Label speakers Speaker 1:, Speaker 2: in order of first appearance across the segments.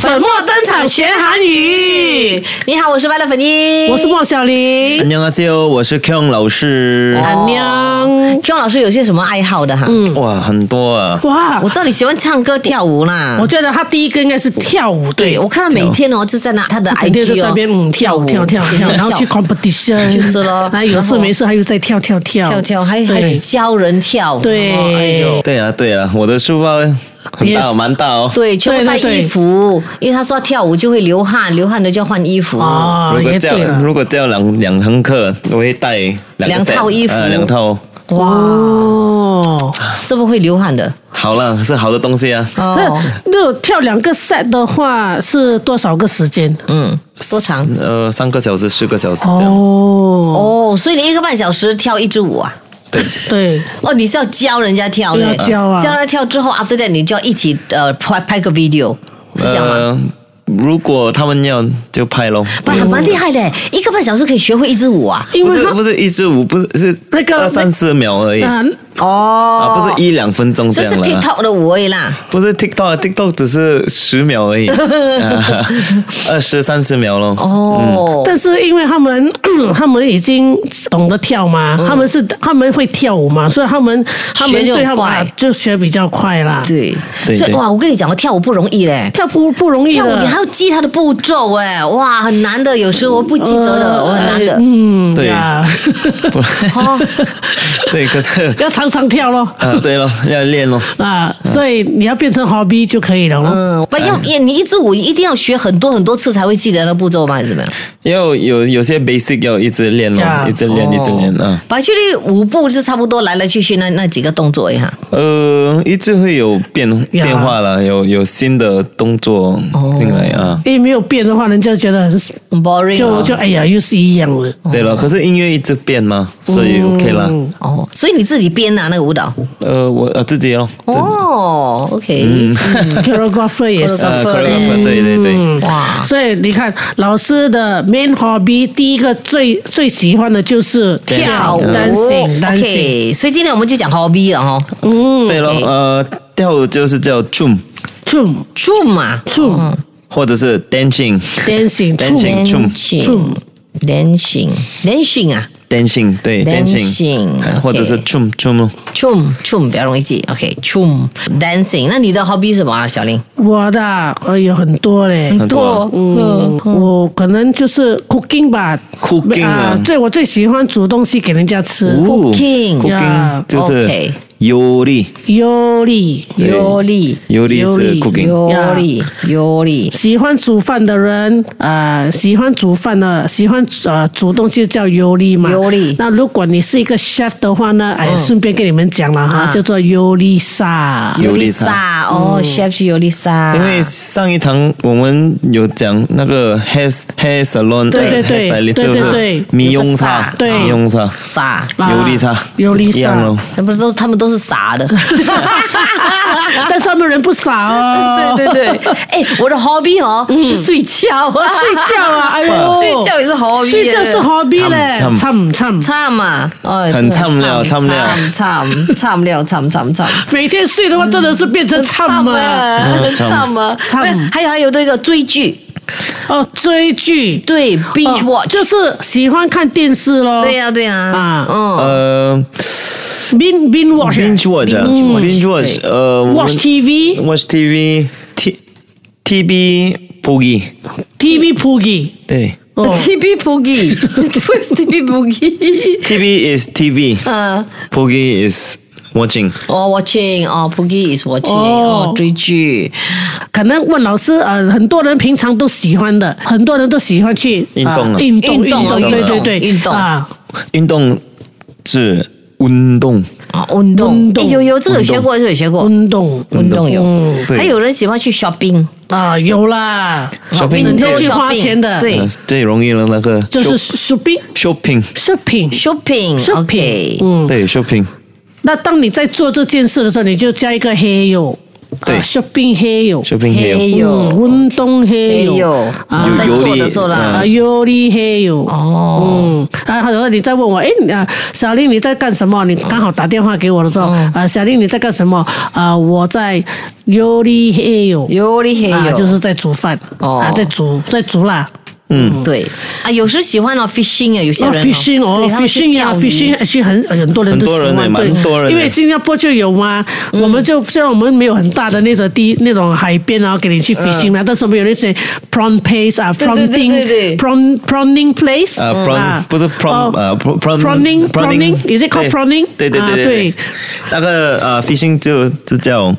Speaker 1: 粉墨登场学韩语，
Speaker 2: 你好，我是麦乐粉一，
Speaker 1: 我是莫小
Speaker 3: 안
Speaker 1: 玲。
Speaker 3: 녕하세요，我是 Kong 老师。
Speaker 1: 안녕
Speaker 2: Q 老师有些什么爱好的哈？
Speaker 1: 嗯
Speaker 3: 哇，很多啊！
Speaker 1: 哇
Speaker 2: 我，知道你喜欢唱歌跳舞啦
Speaker 1: 我。觉得他第一个应该是跳舞，对
Speaker 2: 对，我看到每天哦，就在那他的
Speaker 1: 整天就
Speaker 2: IG
Speaker 1: 在
Speaker 2: 哦
Speaker 1: 那，边嗯跳舞跳跳跳，然后去 competition，
Speaker 2: 就是咯
Speaker 1: 然后有
Speaker 2: 然
Speaker 1: 事
Speaker 2: 后
Speaker 1: 没事他又在跳跳跳
Speaker 2: 跳跳，还还
Speaker 1: 对
Speaker 2: 教人跳。哦哎
Speaker 1: 对
Speaker 2: 呦，
Speaker 3: 对啊对啊，我的书包很大
Speaker 1: Yes
Speaker 3: 哦，蛮大哦。
Speaker 2: 对，全部带
Speaker 1: 对对对
Speaker 2: 衣服，因为他说跳舞就会流汗，流汗了就要换衣服。
Speaker 1: 哦
Speaker 3: 如果
Speaker 1: 也
Speaker 3: 这
Speaker 1: 对
Speaker 3: 样，
Speaker 1: 了，
Speaker 3: 如果这样两两堂课，我会带两
Speaker 2: 两
Speaker 3: 个 set，
Speaker 2: 套衣服
Speaker 3: 呃两套。
Speaker 2: 哇，
Speaker 1: 哦。
Speaker 2: 这么会流汗的
Speaker 3: 好了，是好的东西啊。
Speaker 2: 哦。
Speaker 1: 那那我跳两个 set 的话是多少个时间？
Speaker 2: 嗯，多长？
Speaker 3: 呃，三个小时、四个小时这样。
Speaker 1: 哦，
Speaker 2: 哦，所以你一个半小时跳一支舞啊？
Speaker 3: 对，
Speaker 1: 对，
Speaker 2: 哦， 你是要教人家跳
Speaker 1: 对
Speaker 2: 的，
Speaker 1: 要教啊
Speaker 2: 教他跳之后，after that 你就要一起呃拍拍个 video，是这样吗？
Speaker 3: 呃，如果他们要就拍咯。
Speaker 2: 不，还蛮厉害的，一个半小时可以学会一支舞啊！
Speaker 1: 因
Speaker 3: 不
Speaker 1: 为
Speaker 3: 是
Speaker 1: 他
Speaker 3: 不是一支舞，不是是
Speaker 1: 那个
Speaker 3: 二三四秒而已
Speaker 1: 啊
Speaker 3: 啊，
Speaker 2: 哦，
Speaker 3: 不是一两分钟这
Speaker 2: 就是
Speaker 3: 样啊了。
Speaker 2: TikTok 的舞而已啦。
Speaker 3: 不是 TikTok，TikTok 只是十秒而已，呃二十三十秒咯。
Speaker 2: 哦，
Speaker 1: 但是因为他们 他们已经懂得跳嘛，
Speaker 2: 嗯
Speaker 1: 他们是他们会跳舞嘛，所以他们他们
Speaker 2: 学就
Speaker 1: 对他们
Speaker 2: 快
Speaker 1: 啊就学比较快啦。，
Speaker 2: 对，
Speaker 3: 对
Speaker 2: 所以
Speaker 3: 对
Speaker 2: 哇，我跟你讲，我跳舞不容易嘞。
Speaker 1: 跳不不容易
Speaker 2: 跳舞
Speaker 1: 的，
Speaker 2: 你还要记它的步骤哎，哇，很难的，有时候我不记得的，我很难的
Speaker 1: 呃。嗯，
Speaker 3: 对
Speaker 1: 呀
Speaker 3: 不
Speaker 2: 哦
Speaker 3: 对，可是
Speaker 1: 要常常跳咯。
Speaker 3: 啊，对咯，要练咯。
Speaker 1: 啊，所以你要变成 hobby 就可以了咯。
Speaker 2: 嗯，不要，你一支舞一定要学很多很多次才会记得那步骤吗？还是怎么样？
Speaker 3: 要有有些 basic 要一直练咯，
Speaker 1: Yeah
Speaker 3: 一直练，一直练啊。
Speaker 2: 白去的舞步是差不多来来去去那那几个动作一下。
Speaker 3: 呃，一直会有变
Speaker 1: Yeah
Speaker 3: 变化了，有有新的动作进来啊。
Speaker 1: 因为没有变的话，人家觉得很
Speaker 2: 很 boring
Speaker 1: 就
Speaker 2: 哦
Speaker 1: 就哎呀，又是一样了。
Speaker 3: 啊对了，可是音乐一直变嘛，所以 OK 啦。
Speaker 1: 嗯
Speaker 2: 哦，所以你自己编啊那个舞蹈
Speaker 3: 呃，我呃自己哦，自
Speaker 2: 哦，OK，
Speaker 3: 嗯
Speaker 2: 嗯
Speaker 1: ，choreographer 也是。
Speaker 3: 呃
Speaker 2: choreographer 嘞
Speaker 3: 对对对，
Speaker 2: 哇
Speaker 1: 所以你看，老师的 main hobby 第一个最最喜欢的就是
Speaker 2: 跳舞
Speaker 1: dancing dancing。
Speaker 2: OK，所以今天我们就讲 hobby 了哈
Speaker 3: 对了，
Speaker 2: OK
Speaker 3: 呃，跳舞就是叫 zoom，
Speaker 1: Zoom
Speaker 2: ，zoom 嘛
Speaker 1: zoom
Speaker 3: 或者是 dancing。
Speaker 1: dancing
Speaker 3: Dancing
Speaker 1: zoom Zoom
Speaker 2: dancing dancing 啊
Speaker 3: dancing 对
Speaker 2: Dancing，
Speaker 3: dancing，
Speaker 2: OK
Speaker 3: 或者是 chum chum
Speaker 2: ，zoom zoom 比较容易记，OK zoom dancing，那你的 hobby 是什么啊，小林？
Speaker 1: 我的哎有很多嘞。
Speaker 3: 很多啊
Speaker 1: 嗯，我可能就是 cooking 吧
Speaker 3: Cooking 啊
Speaker 1: 最我最喜欢煮东西给人家吃，
Speaker 3: 哦
Speaker 2: Cooking
Speaker 3: cooking
Speaker 1: Yeah，
Speaker 3: 就是
Speaker 2: OK
Speaker 3: 尤力，
Speaker 1: 尤力
Speaker 3: 对
Speaker 2: 尤力
Speaker 3: 尤力
Speaker 1: 尤
Speaker 3: 是
Speaker 1: 力
Speaker 3: cooking，
Speaker 2: 尤力尤力
Speaker 1: 喜欢煮饭的人，呃，喜欢煮饭的，喜欢呃煮东西叫尤力嘛。
Speaker 2: 尤力
Speaker 1: 那如果你是一个 chef 的话呢，哎，顺便跟你们讲了哈，
Speaker 2: 啊
Speaker 1: 叫做尤力沙。
Speaker 3: 尤
Speaker 2: 尤
Speaker 3: 利
Speaker 2: 丽
Speaker 3: 莎
Speaker 2: 莎
Speaker 3: 嗯
Speaker 2: 哦，chef 是尤丽莎，
Speaker 3: 因
Speaker 1: 아.
Speaker 3: 为上一堂我们有讲那个 hair hair salon， 네, 그
Speaker 2: 对
Speaker 1: 对对对对对
Speaker 3: 米用它，
Speaker 1: 对
Speaker 3: 米用它，
Speaker 2: 傻，
Speaker 1: 啊
Speaker 3: 尤力它，
Speaker 1: 尤利莎
Speaker 3: 一样咯。
Speaker 2: 他们都他们都是傻 的。
Speaker 1: 但是他们人不少哦。
Speaker 2: 对 对对，哎，我的 hobby 哦是睡觉
Speaker 1: 嗯
Speaker 2: 啊，
Speaker 1: 睡觉 啊，哎呦，
Speaker 2: 睡觉也是 hobby，
Speaker 1: 睡觉
Speaker 2: 耶
Speaker 1: 是 hobby 嘞，
Speaker 3: 惨
Speaker 1: 惨惨，
Speaker 2: 惨嘛，哎，
Speaker 3: 很惨了
Speaker 2: 惨
Speaker 3: 惨了
Speaker 2: 惨惨了，惨惨惨。
Speaker 1: 每天睡的话真的是变成惨啊了。
Speaker 2: 嗯
Speaker 3: 啊
Speaker 2: 很啊
Speaker 3: 惨
Speaker 2: 惨嘛，
Speaker 1: 惨啊
Speaker 2: 没有还有还有那个追剧，
Speaker 1: 哦，追剧
Speaker 2: 对，binge
Speaker 1: 哦
Speaker 2: watch，
Speaker 1: 就是喜欢看电视咯。
Speaker 2: 对呀对呀，
Speaker 1: 啊
Speaker 2: 嗯，
Speaker 3: 呃
Speaker 1: bin bin watch
Speaker 3: ，binge watch 啊 binge
Speaker 2: watch，
Speaker 3: watch，呃我
Speaker 1: 네. 음.
Speaker 3: 们
Speaker 1: watch TV
Speaker 3: 어, watch TV T T B 보기， 네.
Speaker 1: TV 보기
Speaker 3: 对
Speaker 1: 어.
Speaker 2: TV 보기 first TV 보기
Speaker 3: T B is T V，
Speaker 2: 아.
Speaker 3: 보기 is watching。
Speaker 2: 哦嗯 watching 哦 보기 is watching
Speaker 1: 哦
Speaker 2: 哦追剧
Speaker 1: 可能问老师，呃，很多人平常都喜欢的，很多人都喜欢去
Speaker 3: 运动
Speaker 1: 啊
Speaker 3: 啊
Speaker 1: 运动，
Speaker 2: 运动
Speaker 1: 对
Speaker 3: 运动运
Speaker 1: 对
Speaker 3: 动
Speaker 1: 对，
Speaker 2: 运动
Speaker 1: 啊，
Speaker 3: 运动是运动，
Speaker 2: 啊运动
Speaker 1: 运动
Speaker 2: 哎有有这个有学过这个有学过
Speaker 1: 运动
Speaker 2: 运动有
Speaker 1: 嗯，
Speaker 3: 对
Speaker 2: 还有人喜欢去 shopping
Speaker 1: 啊，有啦，
Speaker 3: Shopping
Speaker 1: 整天去
Speaker 2: window
Speaker 1: 花钱的
Speaker 2: shopping，对
Speaker 3: 呃最容易了那个
Speaker 1: 就是 shopping
Speaker 3: shopping，
Speaker 1: shopping。
Speaker 2: shopping
Speaker 1: shopping
Speaker 2: OK
Speaker 1: 嗯，
Speaker 3: 对 shopping，
Speaker 1: 那当你在做这件事的时候，你就加一个 hair 哟
Speaker 3: 对
Speaker 1: 啊、shopping 也有，
Speaker 3: ，shopping 也有，
Speaker 2: 也有
Speaker 1: 嗯运动也
Speaker 2: 也
Speaker 1: 有
Speaker 2: 有，
Speaker 1: 啊
Speaker 3: 有
Speaker 2: 在做的时候啦
Speaker 1: 啊，。尤里也有。
Speaker 2: 哦，
Speaker 1: 嗯，啊，或者你在问我，哎，你啊，小丽你在干什么？你刚好打电话给我的时候，
Speaker 3: 哦
Speaker 1: 啊，小丽你在干什么？啊，我在尤里也有，
Speaker 2: 有的也
Speaker 1: 啊，
Speaker 2: 有，
Speaker 1: 就是在煮饭，
Speaker 2: 哦
Speaker 1: 啊，在煮，在煮啦。
Speaker 3: 嗯，
Speaker 2: 对啊，有时喜欢哦 fishing 啊，有些
Speaker 1: 哦
Speaker 2: 人
Speaker 1: fishing 哦
Speaker 2: 对他们去
Speaker 1: ，fishing 呀
Speaker 2: 钓鱼
Speaker 1: ，fishing 其实很很多人都喜
Speaker 3: 很
Speaker 1: 欢，
Speaker 3: 多人也蛮多
Speaker 1: 对，
Speaker 3: 人的
Speaker 1: 因为新加坡就有嘛，
Speaker 2: 嗯
Speaker 1: 我们就虽然我们没有很大的那种地那种海边，然后给你去 fishing 啦，但是我们有那些 prawn place 啊
Speaker 2: 嗯对对对对
Speaker 1: ，prawning
Speaker 2: 对
Speaker 1: prawn prawning place
Speaker 3: 呃
Speaker 1: 啊
Speaker 3: ，prawn 不是 prawn，
Speaker 1: 哦
Speaker 3: 呃，prawn-
Speaker 1: Prawning-
Speaker 3: prawn
Speaker 1: prawning? Is it called
Speaker 3: 对
Speaker 1: prawning？
Speaker 3: 对对
Speaker 1: 啊
Speaker 3: 对
Speaker 1: 对
Speaker 3: 对，那个呃，fishing 就就叫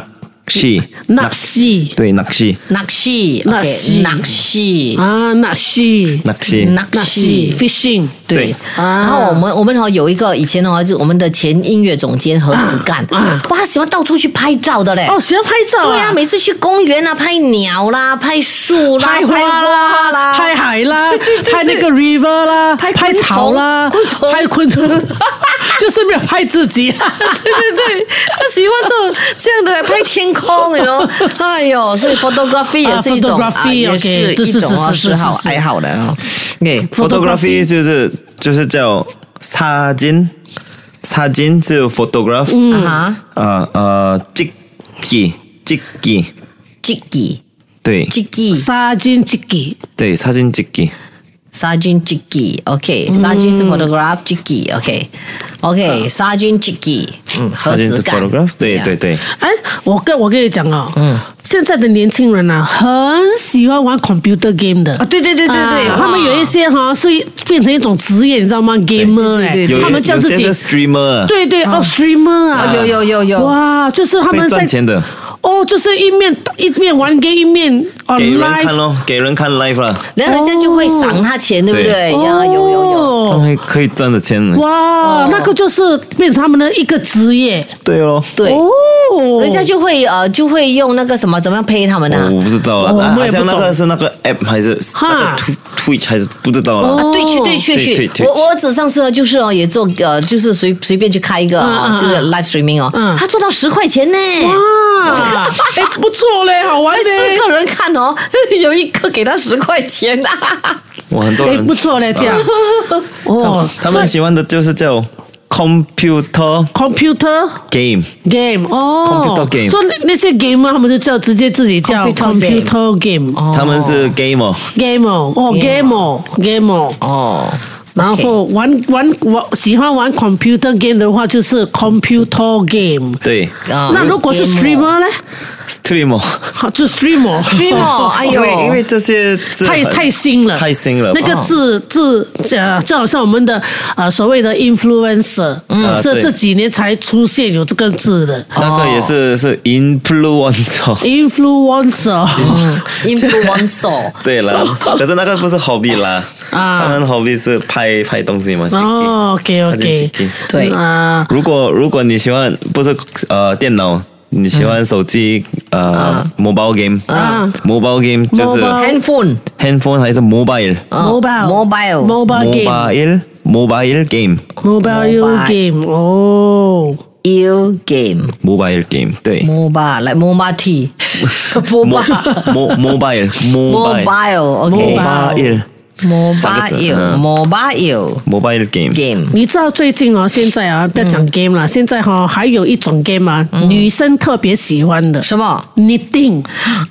Speaker 3: nakshi，
Speaker 1: 纳西
Speaker 3: 对 nakshi
Speaker 2: 纳西，
Speaker 1: 纳西
Speaker 2: 纳西，
Speaker 1: 啊，纳西
Speaker 3: nakshi，
Speaker 1: 纳西 fishing
Speaker 2: 对，
Speaker 1: 啊
Speaker 2: 然后我们我们哦有一个以前哦，就是我们的前音乐总监何子干，
Speaker 1: 啊
Speaker 2: 哇，他喜欢到处去拍照的嘞。
Speaker 1: 哦，喜欢拍照
Speaker 2: 对啊，
Speaker 1: 啊。
Speaker 2: 每次去公园啊，拍鸟啦，拍树啦，
Speaker 1: 拍
Speaker 2: 拍
Speaker 1: 花
Speaker 2: 花
Speaker 1: 啦，
Speaker 2: 啦，
Speaker 1: 拍海啦，拍那个 river 啦，
Speaker 2: 拍
Speaker 1: 拍
Speaker 2: 昆虫
Speaker 1: 草啦，
Speaker 2: 昆虫
Speaker 1: 拍昆虫， 就是没有拍自己。
Speaker 2: 对对对，他喜欢这种这样的拍天空，你 知道？哎呦，所以 photography 也是一种，
Speaker 1: photography，
Speaker 2: 啊也
Speaker 1: OK，
Speaker 2: 是
Speaker 1: 这是
Speaker 2: 一种哦
Speaker 1: 是是
Speaker 2: 嗜好
Speaker 1: 是是
Speaker 2: 爱好的哦。对，
Speaker 3: photography 就是就是叫사진사진就 photograph，
Speaker 1: 嗯
Speaker 2: 啊哈，
Speaker 3: 呃呃찍기찍기
Speaker 2: 自己
Speaker 3: 对
Speaker 2: 自己
Speaker 1: 沙金自己，
Speaker 3: 对 네, 사진찍기
Speaker 2: 沙金 i k o k 沙金
Speaker 1: 嗯
Speaker 2: 是 photograph i k o k
Speaker 1: 啊
Speaker 2: o k 沙金 i k 嗯，
Speaker 3: 사진是 photograph，对 네, 对对，
Speaker 1: 哎，我跟我跟你讲哦，
Speaker 3: 嗯
Speaker 1: 现在的年轻人啊，很喜欢玩 computer game 的
Speaker 2: 啊，。对对对对对，
Speaker 1: 啊
Speaker 2: 哇
Speaker 1: 他们有一些哈是变成一种职业，你知道吗？gamer，
Speaker 2: 对对对
Speaker 1: 哎
Speaker 3: 有
Speaker 1: 他们叫自己
Speaker 3: 有些是 streamer，
Speaker 1: 对对哦，streamer 啊，
Speaker 2: 嗯哦有有有有
Speaker 1: 哇，就是他
Speaker 3: 会
Speaker 1: 们在
Speaker 3: 赚钱的，
Speaker 1: 哦，就是一面一面玩 game 一面
Speaker 3: 给
Speaker 1: on
Speaker 3: 人
Speaker 1: live
Speaker 3: 看咯，给人看 live 啦，
Speaker 2: 然后人家就会赏他钱，对不对？
Speaker 3: 对
Speaker 2: 哎呀，有有哦有，
Speaker 3: 他
Speaker 1: 有。
Speaker 3: 们可以赚的钱呢，
Speaker 1: 哦哇，那个就是变成他们的一个职业
Speaker 3: 对哦，
Speaker 2: 对，
Speaker 1: 哦，
Speaker 2: 人家就会呃就会用那个什么怎么样配他们啊
Speaker 3: 我？我不知道
Speaker 1: 哦
Speaker 3: 了，啊
Speaker 1: 我
Speaker 3: 好
Speaker 1: 也不
Speaker 3: 像那
Speaker 1: 懂
Speaker 3: 个是那个 app 还是
Speaker 1: 哈
Speaker 3: 那个 Twitch 还是不知道
Speaker 1: 哦
Speaker 3: 了。
Speaker 2: 啊，对去对去
Speaker 3: 对对
Speaker 2: 去，
Speaker 3: 对
Speaker 2: 我我儿子上次哦就是哦也做呃就是随随便去开一个
Speaker 1: 嗯
Speaker 2: 啊
Speaker 1: 嗯
Speaker 2: 这个
Speaker 1: 嗯
Speaker 2: live streaming
Speaker 1: 嗯
Speaker 2: 哦，他做到十块钱呢。
Speaker 1: 哇，哎，不错嘞，好玩
Speaker 2: 才
Speaker 1: 嘞
Speaker 2: 四。个人看哦， 有一个给他十块钱啊！
Speaker 3: 我很多
Speaker 1: 哎，
Speaker 3: 人
Speaker 1: 不错嘞，这 样哦，
Speaker 3: 他
Speaker 1: 所
Speaker 3: 们
Speaker 1: 以
Speaker 3: 喜欢的就是叫 computer
Speaker 1: computer
Speaker 3: game，
Speaker 1: game 哦
Speaker 3: Computer game
Speaker 1: 所以那些 game 啊他们就叫直接自己叫
Speaker 2: Computer game 哦
Speaker 1: computer game
Speaker 3: 他们是 gamer，
Speaker 1: game 哦哦 game 哦 game 哦，
Speaker 2: 哦，
Speaker 1: 然后玩玩玩喜欢玩 computer game 的话就是 computer game。
Speaker 3: 对
Speaker 2: 啊
Speaker 1: 那如果是 streamer 呢？
Speaker 3: ，streamer，
Speaker 1: 好，就 streamer。
Speaker 2: streamer，哎
Speaker 3: 因
Speaker 2: 呦，
Speaker 3: 为因为这些字
Speaker 1: 太
Speaker 3: 很
Speaker 1: 太新了，
Speaker 3: 太新了，
Speaker 1: 那个字字呃，就好像我们的呃所谓的 influencer，
Speaker 3: 啊
Speaker 1: 是
Speaker 3: 对
Speaker 1: 这几年才出现有这个字的
Speaker 3: 那个也是是 influencer，
Speaker 1: influencer。
Speaker 2: influencer
Speaker 3: 对了，可是那个不是 hobby 啦，
Speaker 1: 啊
Speaker 3: 他们 hobby 是拍拍东西嘛，自己
Speaker 1: 哦，OK
Speaker 3: 他就自
Speaker 1: OK，
Speaker 3: 己
Speaker 2: 对
Speaker 1: 啊，
Speaker 3: 如果如果你喜欢不是呃电脑，你喜欢手机、呃 mobile game，
Speaker 1: 啊
Speaker 3: mobile game 就是
Speaker 1: Mobile
Speaker 2: handphone
Speaker 3: handphone 还是 mobile
Speaker 1: Mobile
Speaker 2: mobile
Speaker 1: mobile game
Speaker 3: mobile mobile game
Speaker 1: mobile
Speaker 2: Mobile
Speaker 1: game 哦
Speaker 2: ill game
Speaker 3: mobile game 对
Speaker 2: MOBA like MOBA T
Speaker 3: Mo-
Speaker 2: MOBA
Speaker 3: mo- mobile mobile
Speaker 2: mobile OK
Speaker 3: mobile
Speaker 2: mobile
Speaker 3: 嗯
Speaker 2: mobile
Speaker 3: mobile game
Speaker 2: game
Speaker 1: 你知道最近哦，现在啊，不要
Speaker 2: 嗯
Speaker 1: 讲 game 了，现在哈、还有一种 game 啊，女生特别喜欢的
Speaker 2: 什么
Speaker 1: knitting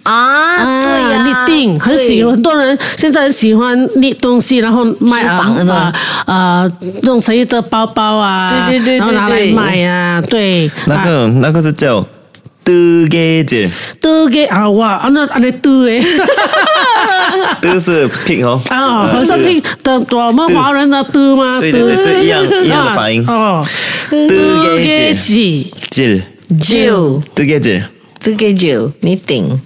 Speaker 2: 啊？对呀，
Speaker 1: 啊，knitting 很喜，
Speaker 2: 对
Speaker 1: 很多人现在很喜欢 knit 东西，然后卖啊
Speaker 2: 书房的
Speaker 1: 啊啊，弄成一个包包啊，
Speaker 2: 对对对对
Speaker 1: 然后拿来
Speaker 2: 对
Speaker 1: 卖啊，对，
Speaker 3: 那
Speaker 1: 啊
Speaker 3: 个那个是叫 d g e
Speaker 1: 都给啊哇，啊那啊那都 诶。
Speaker 3: 这是 pig 哦
Speaker 1: 啊，
Speaker 3: 呃
Speaker 1: 好像听的我们华人的的吗？
Speaker 3: 对对对
Speaker 1: 的
Speaker 3: 是一样一样的发音
Speaker 1: 啊哦，
Speaker 3: 都
Speaker 1: 都
Speaker 3: 给
Speaker 1: 给
Speaker 3: 姐
Speaker 1: 几？
Speaker 3: Jill
Speaker 2: 酒
Speaker 3: d g e
Speaker 2: 都给酒，你顶。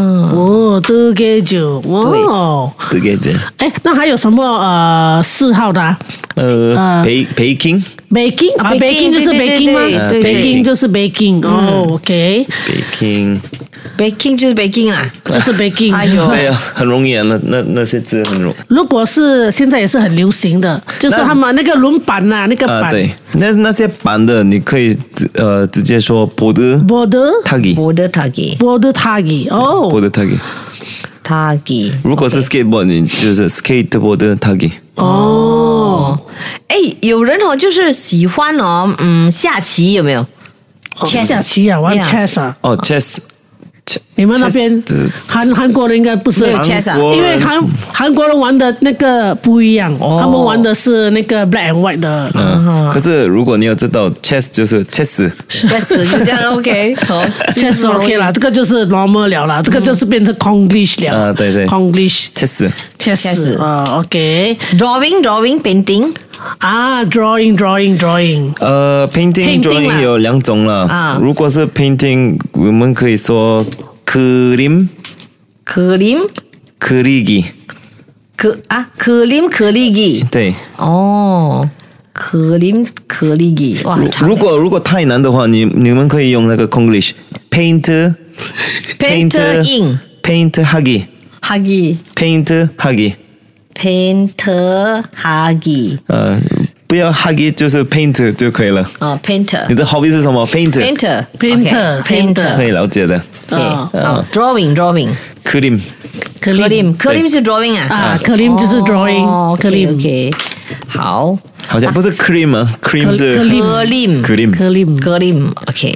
Speaker 2: 嗯
Speaker 1: 哦，都给九哦。
Speaker 3: d g e
Speaker 1: 哎，那还有什么呃嗜好的、啊、
Speaker 3: 呃
Speaker 1: 呃
Speaker 3: p a k i n g
Speaker 1: ？baking 啊
Speaker 2: baking，
Speaker 1: ，baking 就是
Speaker 2: 对对嗯
Speaker 1: baking 吗
Speaker 2: 对
Speaker 3: 对对
Speaker 1: ？baking 就是 baking 哦，OK。
Speaker 3: baking
Speaker 2: baking 就是 baking 啦，
Speaker 1: 就是 baking。
Speaker 2: 哎呦
Speaker 3: 对呀、很容易啊，那那那些字很容
Speaker 1: 如果是现在也是很流行的，就是他们那个轮板呐、那个
Speaker 3: 啊、
Speaker 1: 板，
Speaker 3: 对，那那些板的你可以直呃直接说波德
Speaker 1: border
Speaker 3: tagi，
Speaker 2: 我的 tagi
Speaker 1: border tagi
Speaker 3: 波
Speaker 1: 哦
Speaker 3: 德 tagi。
Speaker 2: tagi，
Speaker 3: 如果是 skateboard，你就是 skateboard tagi。
Speaker 1: 哦，
Speaker 2: 哎，有人哦就是喜欢哦，嗯，下棋有没有？Chess
Speaker 1: 下棋啊，玩
Speaker 2: Yeah
Speaker 1: chess 啊，
Speaker 3: 哦，chess，chess-
Speaker 1: 你们那边
Speaker 3: chess-
Speaker 1: 韩韩国人应该不是
Speaker 2: 没有
Speaker 1: 吧
Speaker 2: chess 啊
Speaker 3: 韩国
Speaker 1: 因为韩韩国人玩的那个不一样，
Speaker 2: 哦
Speaker 1: 他们玩的是那个 black and white 的。
Speaker 3: 어. 嗯，可是如果你要知道 chess 就是 chess，
Speaker 2: 确实就这 样，OK，好
Speaker 1: 确实 OK 啦，
Speaker 2: 了。
Speaker 1: 这个就是 normal 了
Speaker 2: 嗯
Speaker 1: 啦，这个就是变成 Konglish 了。
Speaker 3: 啊对对
Speaker 1: Konglish
Speaker 3: chess
Speaker 1: 确实
Speaker 2: Chess
Speaker 1: 啊，OK
Speaker 2: Drawing, drawing, painting
Speaker 1: 啊，drawing drawing drawing
Speaker 3: 呃，painting 어,
Speaker 1: Painting 啦
Speaker 3: drawing 有两种
Speaker 2: 啊
Speaker 3: 了。如果是 painting，我们可以说 그림
Speaker 2: 可林
Speaker 3: 그리기，
Speaker 2: 可啊可林可丽吉
Speaker 3: 对。
Speaker 2: 哦，可林可丽吉哇，
Speaker 3: 如
Speaker 2: 长
Speaker 3: 如果如果太难的话，你你们可以用那个 Konglish painter
Speaker 2: Painter ink
Speaker 3: painter hagi
Speaker 2: 哈吉
Speaker 3: painter hagi，
Speaker 2: painter 哈吉
Speaker 3: 呃，不要 hagi 就是 painter 就可以了。
Speaker 2: 哦
Speaker 3: 你
Speaker 2: painter
Speaker 3: 的 hobby 是什么？painter
Speaker 2: painter
Speaker 1: Painter，
Speaker 3: 可
Speaker 1: painter
Speaker 2: painter 哦
Speaker 3: 以了解的。
Speaker 1: 啊
Speaker 2: OK 好 drawing drawing
Speaker 3: Cream
Speaker 2: 可林可林
Speaker 3: 对
Speaker 2: 是 drawing 啊
Speaker 1: 啊，可林就是 drawing，可
Speaker 2: OK
Speaker 1: 林
Speaker 2: OK 好
Speaker 3: 好像不是 cream 啊，cream
Speaker 1: 可
Speaker 3: 是
Speaker 1: 可
Speaker 2: 可林
Speaker 3: cream。
Speaker 1: 可林，
Speaker 2: 格林，OK，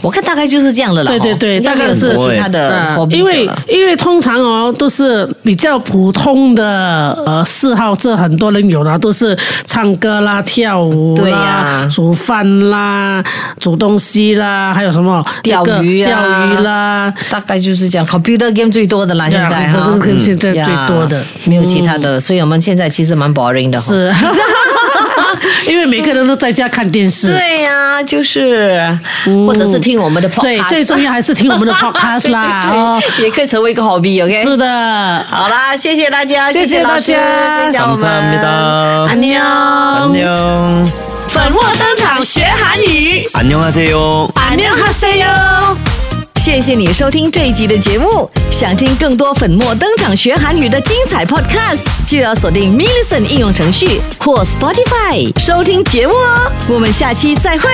Speaker 2: 我看大概就是这样的了。哦
Speaker 1: 对对对
Speaker 2: 大
Speaker 1: 大概
Speaker 2: 概
Speaker 1: 是
Speaker 2: 其他的
Speaker 1: 啊
Speaker 2: hobby
Speaker 1: 因为因为通常哦都是比较普通的呃嗜好，这很多人有的都是唱歌啦、跳舞
Speaker 2: 对
Speaker 1: 啦
Speaker 2: 呀、
Speaker 1: 煮饭啦、煮东西啦，还有什么
Speaker 2: 钓鱼啊
Speaker 1: 那个钓鱼啦，
Speaker 2: 大概就是这样。Computer game 最多的啦，现在哈，嗯
Speaker 1: 这个现在最
Speaker 2: 呀
Speaker 1: 多的。嗯
Speaker 2: 没有其他的了，所以我们现在其实蛮 boring 的。哈。
Speaker 1: 是， 因为每个人都在家看电视。
Speaker 2: 对呀，就是或者是听我们的
Speaker 1: 对，
Speaker 2: podcast，
Speaker 1: 嗯最重要还是听我 们的 podcast 啦。哦，
Speaker 2: 对对对也可以成为一个 hobby，OK。
Speaker 1: 是的，
Speaker 2: 好啦，谢谢大家，
Speaker 1: 谢谢
Speaker 2: 老师
Speaker 1: 大家
Speaker 2: 再教我们，
Speaker 3: 감사합니다
Speaker 2: 安妞，
Speaker 3: 안녕
Speaker 1: 粉墨登场学韩语，
Speaker 3: 안녕하세요
Speaker 1: 안녕하세요。
Speaker 2: 谢谢你收听这一集的节目。想听更多粉墨登场学韩语的精彩 podcast，就要锁定 m i l l i c e n 应用程序或 Spotify 收听节目哦。我们下期再会。